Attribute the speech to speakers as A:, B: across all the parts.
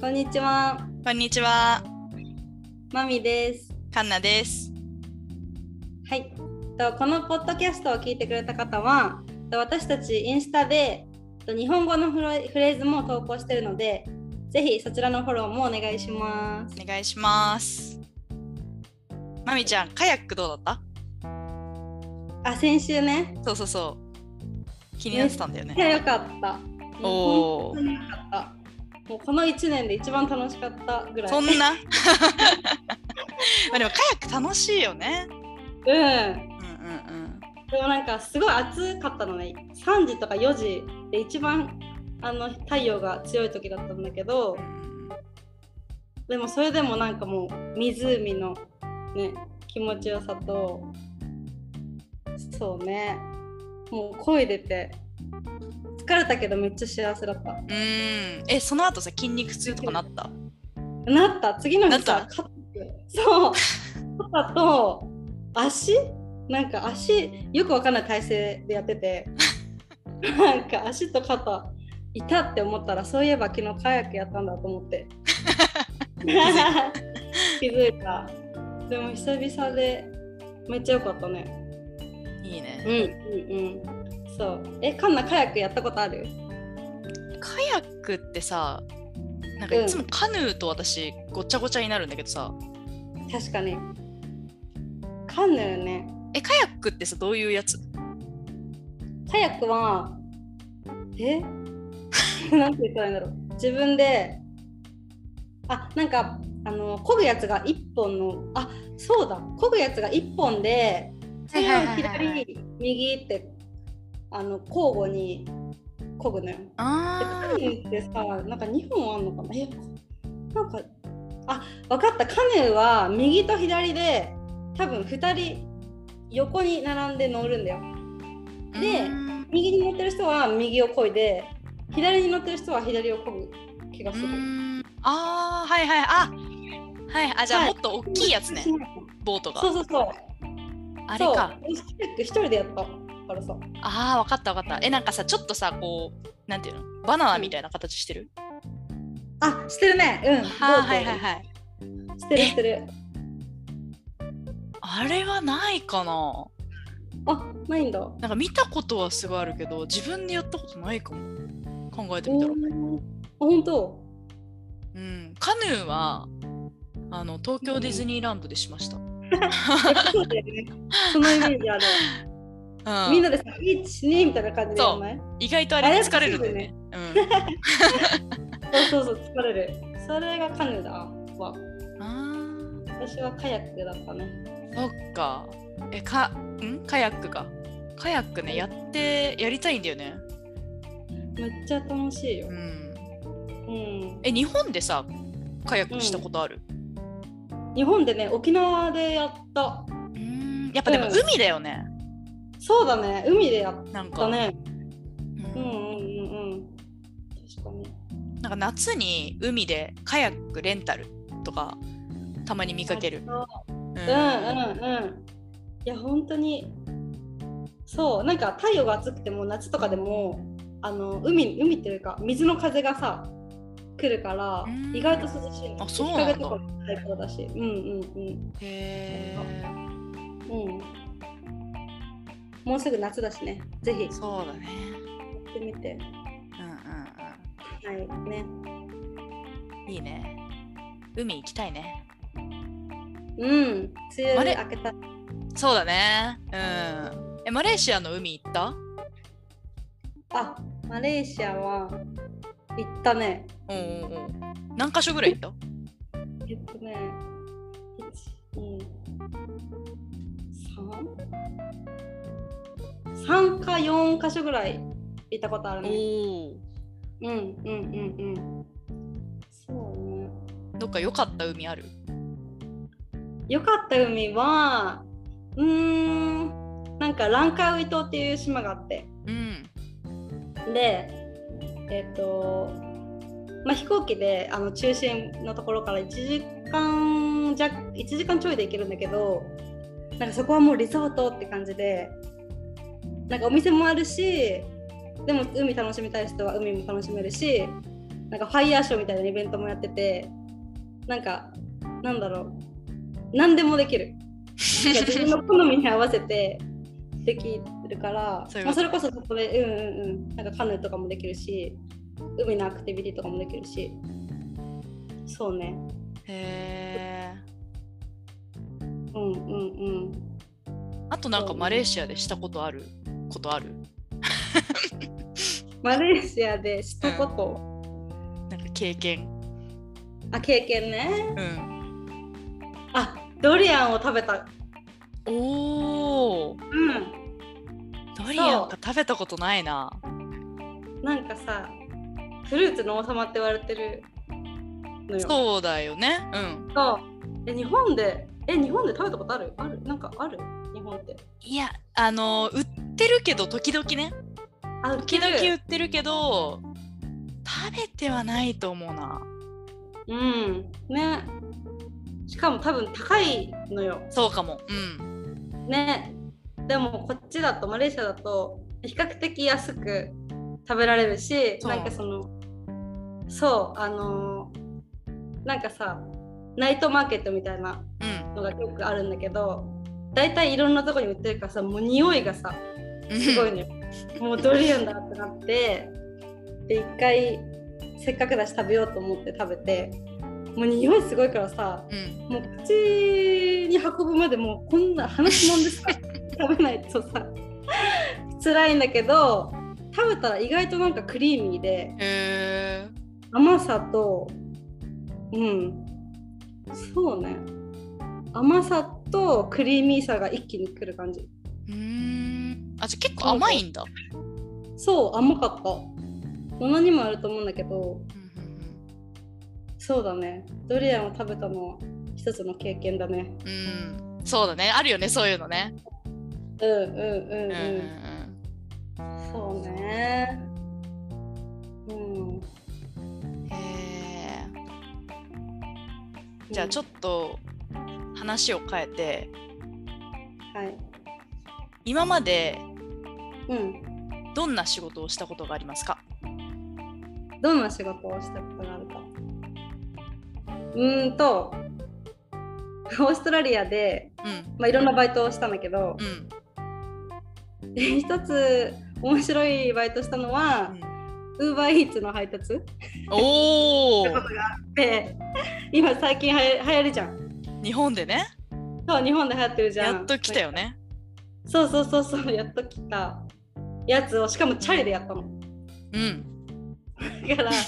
A: こんにちは。
B: こんにちは、
A: まみです。
B: カンナです。
A: はい。とこのポッドキャストを聞いてくれた方は、と私たちインスタでと日本語のフレフレーズも投稿しているので、ぜひそちらのフォローもお願いします。
B: お願いします。まみちゃん、カヤックどうだっ
A: あ、先週ね。
B: たそうそうそう。気になってたんだよ
A: いや、
B: ね。
A: よかった。もう本
B: おお
A: 当、によかった。もうこの1年で一番楽しかったぐらい。
B: そんな まあでもカヤック楽しいよね。
A: うん
B: う。んうん
A: でもなんかすごい暑かったのね3時とか4時で一番あの太陽が強い時だったんだけど
B: うん。
A: でもそれでもなんかもう湖のね気持ちよさとそうねもう声出て疲れたけどめっちゃ幸せだった
B: うん、え、その後さ、筋肉痛とかなった
A: なった次の日
B: な
A: さ
B: っ
A: 肩 そう肩と足なんか足よくわかんない体勢でやって てなんか足と肩痛って思ったらそういえば昨日カヤックやったんだと思って 気づいたでも久々でめっちゃ良かったね
B: いいね
A: うん。うんうんそうえカンナカヤックやったことある
B: カヤックってさ、なんかいつもカヌーと私、ごっちゃごちゃになるんだけどさ、
A: 確かにカヌーね
B: え、カヤックってさ、どういうやつ
A: カヤックはえ なんて言ったらいいんだろう自分であなんかあの漕ぐやつが1本のあそうだ漕ぐやつが1本で
B: は
A: 強
B: い
A: い
B: はいはいはいはい
A: 左右ってあの交互に漕ぐのよ。でカ
B: あ
A: ヌーってさなんか2本あんのかなえなんかあ分かったカヌーは右と左で多分2人横に並んで乗るんだよ。
B: ー
A: で
B: うん
A: 右に乗ってる人は右を漕いで左に乗ってる人は左を漕ぐ気がする。
B: うーんああはいはいあはいあじゃあ
A: は
B: も
A: い
B: っと大きいやつね、ボートが
A: そうそうそう。
B: あれか
A: そう。私一人でやったからさ。
B: ああわかったわかったえなんかさちょっとさこうなんていうのバナナみたいな形してる、
A: あ、してるね。うん。
B: あーはいはいはい
A: い。してるしてる。
B: あれはないかな
A: あ、ないんだ。う
B: なんか見たことはすごいあるけど自分でやったことないかも考えてみたらうん、
A: んあ、本当。
B: カヌーはあの東京ディズニーランドでしました、うん
A: そうだよ ね。そのイメージある。みんなでさ、一二みたいな感じでやんない。
B: 意外とあれ疲れるんだよね
A: そうそうそう疲れる。それがカヌーだわ。
B: うん、ああ
A: 私はカヤックだったね。
B: そっか。え、か、んカヤックか。カヤックね、やって、やりたいんだよね。
A: めっちゃ楽しいよ
B: う。
A: う
B: ん。
A: ん。
B: え、日本でさ、カヤックしたことある、
A: 日本でね、沖縄でやった。
B: うん、やっぱでも
A: うん
B: 海だよね。
A: そうだね、海でやっ
B: なんか、
A: たね。
B: う
A: うんんうんうんうん。確かに。
B: なんか夏に海でカヤックレンタルとか、たまに見かける。うん。
A: うんうんうん。いや、本当に。そう、なんか太陽が暑くても夏とかでも、あの海、海っていうか、水の風がさ。来るから
B: うん、
A: 意外と涼しいの。
B: あそうなんだ
A: 日陰とかも最高だし。うんうん
B: へー
A: うん。うん。もうすぐ夏だしね。ぜひ。や
B: そうだね。
A: ってみて。
B: うんう
A: は
B: ん
A: い。ね。
B: うん。いいね。海行きたいね。
A: うん。梅
B: あ
A: 雨
B: れ
A: 明けた。
B: そうだね。うん。え、マレーシアの海行った
A: あ、マレーシアは。行ったね。
B: うんうんうん。何箇所ぐらい行った
A: えっとね、1、2、3? 3か4か所ぐらい行ったことあるね。
B: おお。
A: うんうんうんうん。そうね。
B: どっか良かった海ある。
A: 良かった海は、うーん、なんかランカウイ島っていう島があって、
B: うん。
A: で、えっ、と、まあ、飛行機であの中心のところから1時間弱1時間ちょいで行けるんだけどなんかそこはもうリゾートって感じでなんかお店もあるしでも海楽しみたい人は海も楽しめるしなんかファイヤーショーみたいなイベントもやっててなんかなんだろう何でもできるなんか自分の好みに合わせてできるから
B: そういう
A: ま
B: こと
A: あ、それこそそこでうんうんうんなんかカヌーとかもできるし海のアクティビティとかもできるしそうね
B: へえ
A: うんうんうん
B: あとなんかマレーシアでしたことあることある
A: マレーシアでしたこと、
B: なんか経験
A: あ経験ね
B: うん
A: あドリアンを食べた
B: おお
A: うん
B: ドリアンか食べたことないな
A: なんかさフルーツの王様って言われてるのよう
B: そうだよねうん
A: え日本でえ日本で食べたことあるあるなんかある日本って
B: いやあの売ってるけど時々ね
A: あ売って
B: 時
A: る
B: 々売ってるけど食べてはないと思うな
A: うんねしかも多分高いのよ
B: そうかもうん
A: ねでもこっちだとマレーシアだと比較的安く食べられるし
B: そう
A: なんかそのそうあのなんかさナイトマーケットみたいな
B: うん
A: のがよくあるんだけど大体いろんなとこに売ってるからさもう匂いがさすごい のよもうドリアンだってなってで一回せっかくだし食べようと思って食べてもう匂いすごいからさ
B: うん
A: もう口に運ぶまでもうこんな話もんですか食べないとさ辛いんだけど食べたら意外となんかクリーミーで
B: へえ
A: 甘さとうんそうね甘さとクリーミーさが一気にくる感じ
B: うーんあじゃあ結構甘いんだ
A: そう甘かったものにもあると思うんだけど
B: うんうん
A: そうだねドリアンを食べたのは一つの経験だね
B: うん、うん、そうだねあるよねそういうのね
A: うんうんうんう、
B: うんんうんうん
A: そうねうん
B: へえじゃあちょっと話を変えて
A: はい
B: 今まで
A: うん
B: どんな仕事をしたことがありますか
A: どんな仕事をしたことがあるかうーんとオーストラリアで、
B: うん
A: まあ、いろんなバイトをしたんだけど
B: う、ん
A: 一つ面白いバイトしたのは、ウーバーイーツの配達
B: おお
A: で今最近はや流行るじゃん
B: 日本でね
A: そう日本で流行ってるじゃん
B: やっと来たよね
A: そうそうそうそうやっと来たやつをしかもチャリでやったの
B: うん
A: だからなんか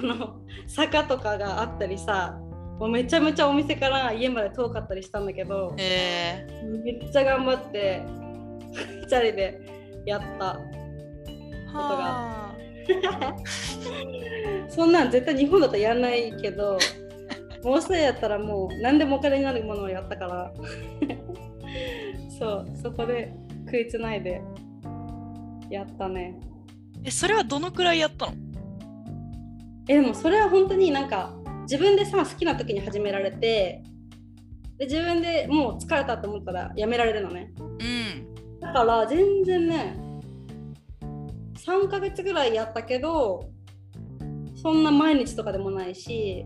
A: その坂とかがあったりさもうめちゃめちゃお店から家まで遠かったりしたんだけど
B: え
A: めっちゃ頑張ってチャリでやった
B: ー、
A: が
B: はあ
A: そんなん絶対日本だったらやらないけどオーストラリアだったらもう何でもお金になるものをやったから そうそこで食いつないでやったね
B: えそれはどのくらいやったの
A: えでもそれは本当になんか自分でさ好きな時に始められてで自分でもう疲れたと思ったらやめられるのね
B: うん
A: だから全然ね3ヶ月ぐらいやったけどそんな毎日とかでもないし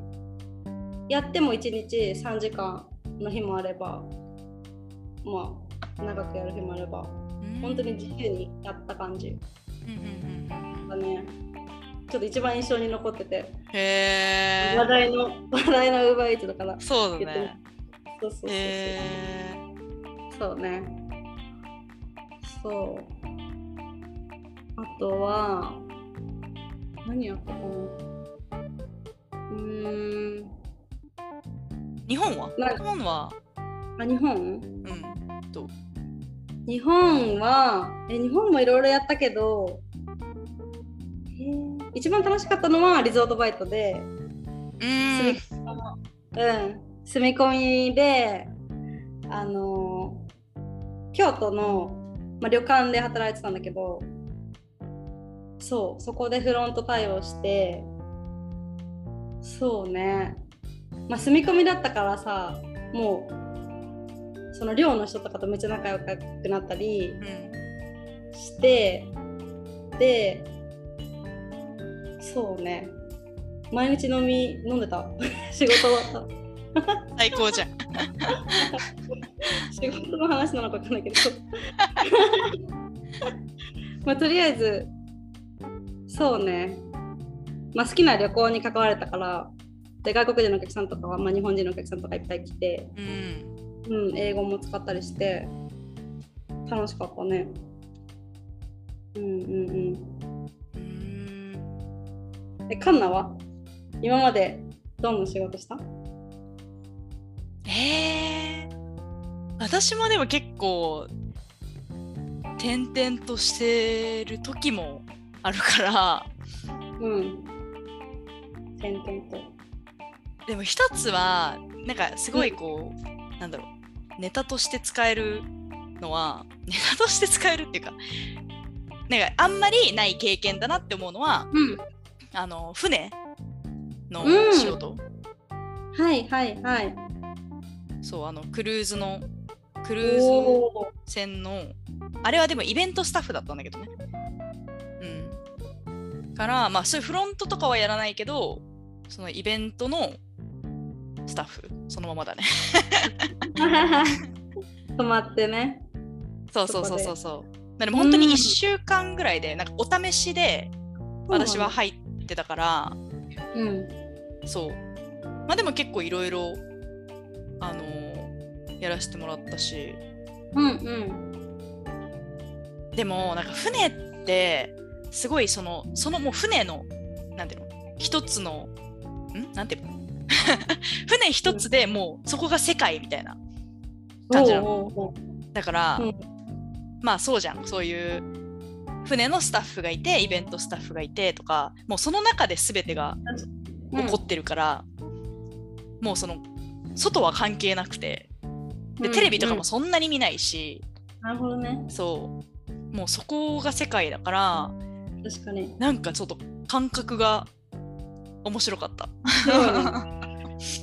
A: やっても1日3時間の日もあればまあ長くやる日もあれば本当に自由にやった感じ
B: うんうんうんうん
A: だねちょっと一番印象に残ってて
B: へえ
A: 話題の話題のウーバーイーツだから
B: そうだ
A: 言って
B: ね
A: そうそうそうそう、
B: へ
A: そうねそうあとは何やったかなうーん
B: ー日本は
A: ない
B: 日本は
A: あ日本
B: うん
A: 日本はえ日本もいろいろやったけどへー一番楽しかったのはリゾートバイトでう
B: うん
A: ん、住み込みで、あのー京都の、まあ、旅館で働いてたんだけどそうそこでフロント対応してそうね、まあ、住み込みだったからさもうその寮の人とかとめっちゃ仲良くなったり
B: うん
A: してでそうね毎日飲み飲んでた 仕事終わった
B: 最高じゃん。
A: 仕事の話なのかわかんないけど まあとりあえずそうね、まあ、好きな旅行に関われたからで外国人のお客さんとかは、まあ、日本人のお客さんとかいっぱい来て、
B: うん。
A: うん、英語も使ったりして楽しかったねうんうん
B: うーん
A: うんえカンナは今までどんな仕事した
B: えー、私もでも結構転々としてる時もあるから
A: うん点々と
B: でも一つはなんかすごいこう、なんだろうネタとして使えるのはネタとして使えるっていうかなんかあんまりない経験だなって思うのは
A: うん
B: あの船の
A: うん
B: 仕事、
A: はいはいはい
B: そうあのクルーズのクルーズの
A: おお
B: 船のあれはでもイベントスタッフだったんだけどねうんからまあそういうフロントとかはやらないけどそのイベントのスタッフそのまま だね
A: ー止まってね
B: そうそうそ
A: そこ
B: う
A: で
B: そうそうなので本当に
A: うん
B: 1週間ぐらいでなんかお試しで私は入ってたから
A: うん
B: そうまあでも結構いろいろあのーやらせてもらったし
A: うんうん
B: でもなんか船ってすごいそのそのもう船のなんていうの一つのんなんていうの 船一つでもうそこが世界みたいな感じなの
A: おーおーおー
B: だから、
A: うん
B: まあそうじゃんそういう船のスタッフがいてイベントスタッフがいてとかもうその中で全てが
A: うん
B: 起こってるから、もうその外は関係なくてでテレビとかもそんなに見ないし、
A: なるほどね
B: そうもうそこが世界だから
A: 確か に
B: なんかちょっと感覚が面白かった。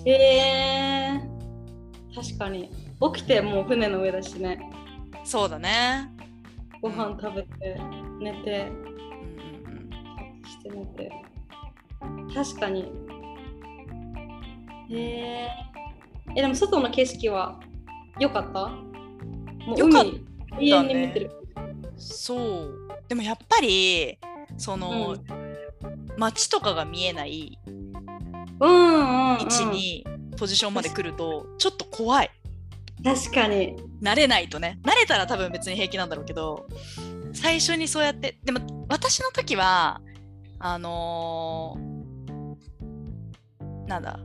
A: へえー、確かに起きてもう船の上だしね
B: そうだね。
A: ご飯食べて寝て
B: うんうん
A: して寝て確かにへえー、えでも外の景色は良かったもう
B: 良かった
A: 海永遠に見てる、
B: うんそう。でもやっぱりその、
A: うん
B: 街とかが見えない
A: うんうん、うん、
B: 位置にポジションまで来るとちょっと怖い。
A: 確かに
B: 慣れないとね。慣れたら多分別に平気なんだろうけど、最初にそうやってでも私の時はあのーなんだ。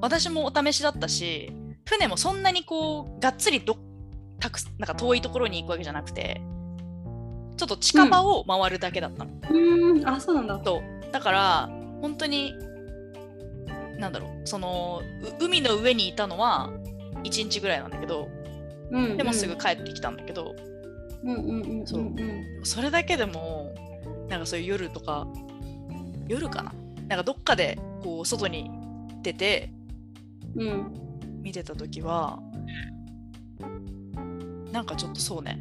B: 私もお試しだったし船もそんなにこうがっつりどたくなんか遠いところに行くわけじゃなくてちょっと近場を回るだけだったの、
A: うーんあそうなんだ
B: とだから本当になんだろうそのう海の上にいたのは1日ぐらいなんだけど
A: うん
B: でもすぐ帰ってきたんだけど、
A: うんうんうんうん
B: そう
A: うん
B: それだけでもなんかそういう夜とか夜かななんかどっかでこう外に出て
A: うん
B: 見てた時はなんかちょっとそうね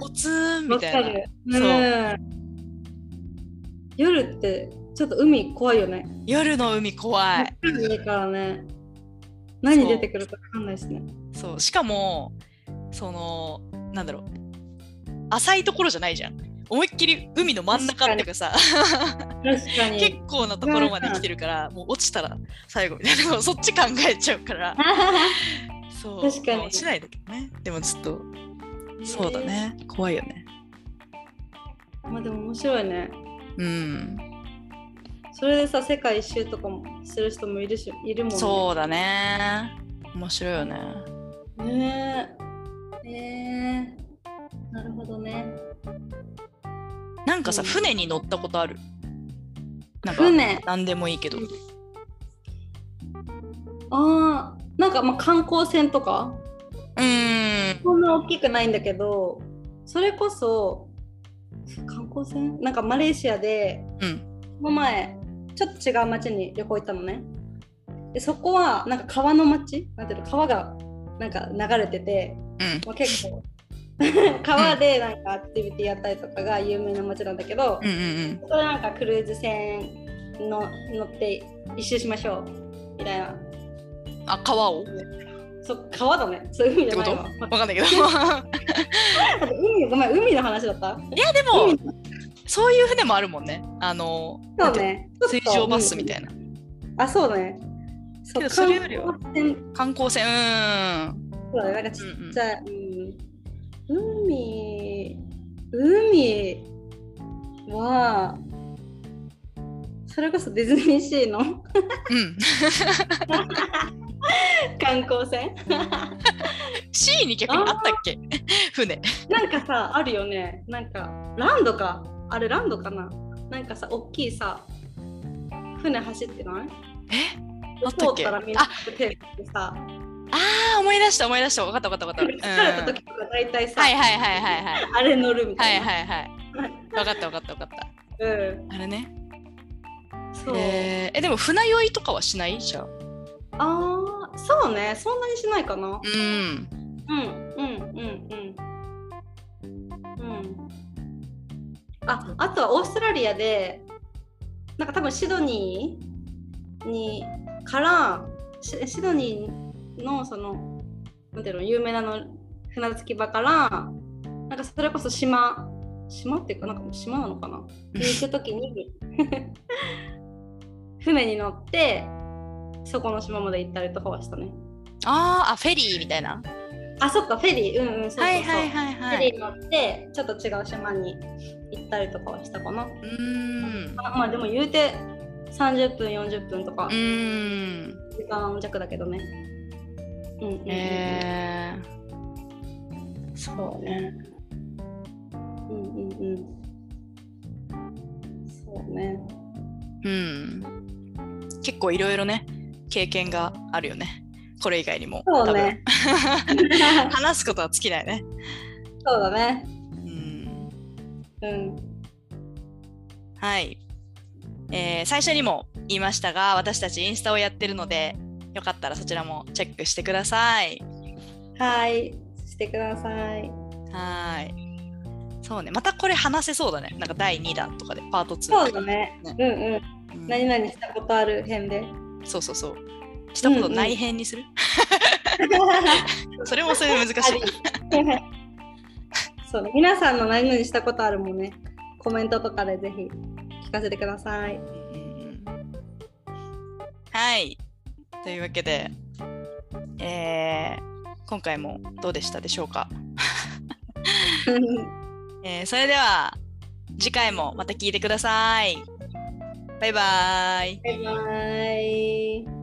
B: ポツーンみ
A: わ
B: た
A: か
B: いな
A: る。。
B: そうん
A: 夜ってちょっと海怖いよね。
B: 夜の海怖い
A: いからね。何出てくるかわかんないしね。
B: そうしかもそのなんだろう浅いところじゃないじゃん思いっきり海の真ん中っていうかさ
A: 確か
B: 結
A: に。
B: 構なところまで来てるからもう落ちたら最後みた いなそっち考えちゃうからそう
A: 確かに
B: まあ落ちないだけどねでもちょっとそうだね怖いよね
A: まあでも面白いね。
B: うん
A: それでさ、世界一周とかもする人もいるし、いるもんね。
B: そうだね面白いよね
A: う。ねえ。えー。なるほどね。
B: なんかさ、
A: うん
B: 船に乗ったことあるなんか
A: 船。
B: 何でもいいけど
A: ああ。なんかまあ観光船とか
B: うーん
A: そんな大きくないんだけどそれこそ観光船なんかマレーシアで
B: うん
A: この前ちょっと違う町に旅行行ったのねでそこはなんか川の町なんていうの川がなんか流れてて、
B: うん
A: まあ、結構 川でなんかアクティビティやったりとかが有名な町なんだけど
B: うんうん
A: それなんかクルーズ船の乗って一周しましょうみたいな
B: あ川をっ
A: そう川だねそう海じ
B: て
A: ゃ
B: こ
A: ない
B: と
A: わ
B: わかんないけど
A: あと 海ごめん海の話だった
B: いやで
A: 海
B: もそういう船もあるもんねあの
A: そうね
B: 水上バスみた
A: い
B: いな
A: なあそうね
B: けど
A: そう
B: それよりは
A: 観光船
B: 観光船うーん
A: そうだねなんかち
B: うんう
A: っ
B: ん
A: ちゃい、うん海海はそれこそディズニーシーの
B: うん
A: 観光船
B: C に逆にあったっけ 船
A: なんかさあるよねなんかランドかあれランドかななんかさ大きいさ船走ってない
B: えあった
A: 通
B: っ
A: っ
B: け
A: たらみんな手振ってさ
B: ああ思い出した思い出した分かった分かった
A: 疲
B: 分
A: れ
B: かった、
A: た
B: うん、
A: 時とか大体さ、
B: はいはいはいはいはい
A: あれ乗るみた
B: はいい
A: な、
B: はいはい分かった分かった分かった
A: うん
B: あれね
A: そう、
B: えーえでも船酔いとかはしないじゃんう
A: ああそうねそんなにしないかな、
B: ん
A: うんうんうんうんうんああとはオーストラリアでなんか多分シドニーにからシシドニーのそのなんていうの有名なの船着き場からなんかそれこそ島島っていうかなんか島なのかなに行く時に 船に乗ってそこの島まで行ったりとかはしたね。
B: あーあフェリーみたいな
A: あそっかフェリーうんうんそうそうそう、
B: はいはいはいは
A: フェ
B: い
A: リー乗ってちょっと違う島に行ったりとかはしたかな、
B: うーん
A: まあまあでも言うて30分40分とか
B: うーん
A: 時間弱だけどねうんうんうん、
B: え
A: そうねうんうんうんそうね
B: ー、うん結構いろいろね経験があるよねこれ以外にも
A: そうね
B: 多分話すことは尽きないね
A: そうだね
B: うん
A: うん
B: はい、えー最初にも言いましたが私たちインスタをやってるのでよかったらそちらもチェックしてください
A: はいしてください
B: はーい。そうね、またこれ話せそうだね。なんか第2弾とかでパート2。
A: そうだね
B: ね
A: うんうん
B: うん
A: 何々したことある編で
B: そうそうそう。したことない編にする、 それもそれで難し い。
A: そう、皆さんの何々したことあるもんね、コメントとかでぜひ聞かせてください。
B: うんはい。というわけで、えー今回もどうでしたでしょうか。えーそれでは、次回もまた聞いてください。バイバイ。
A: バイバイ。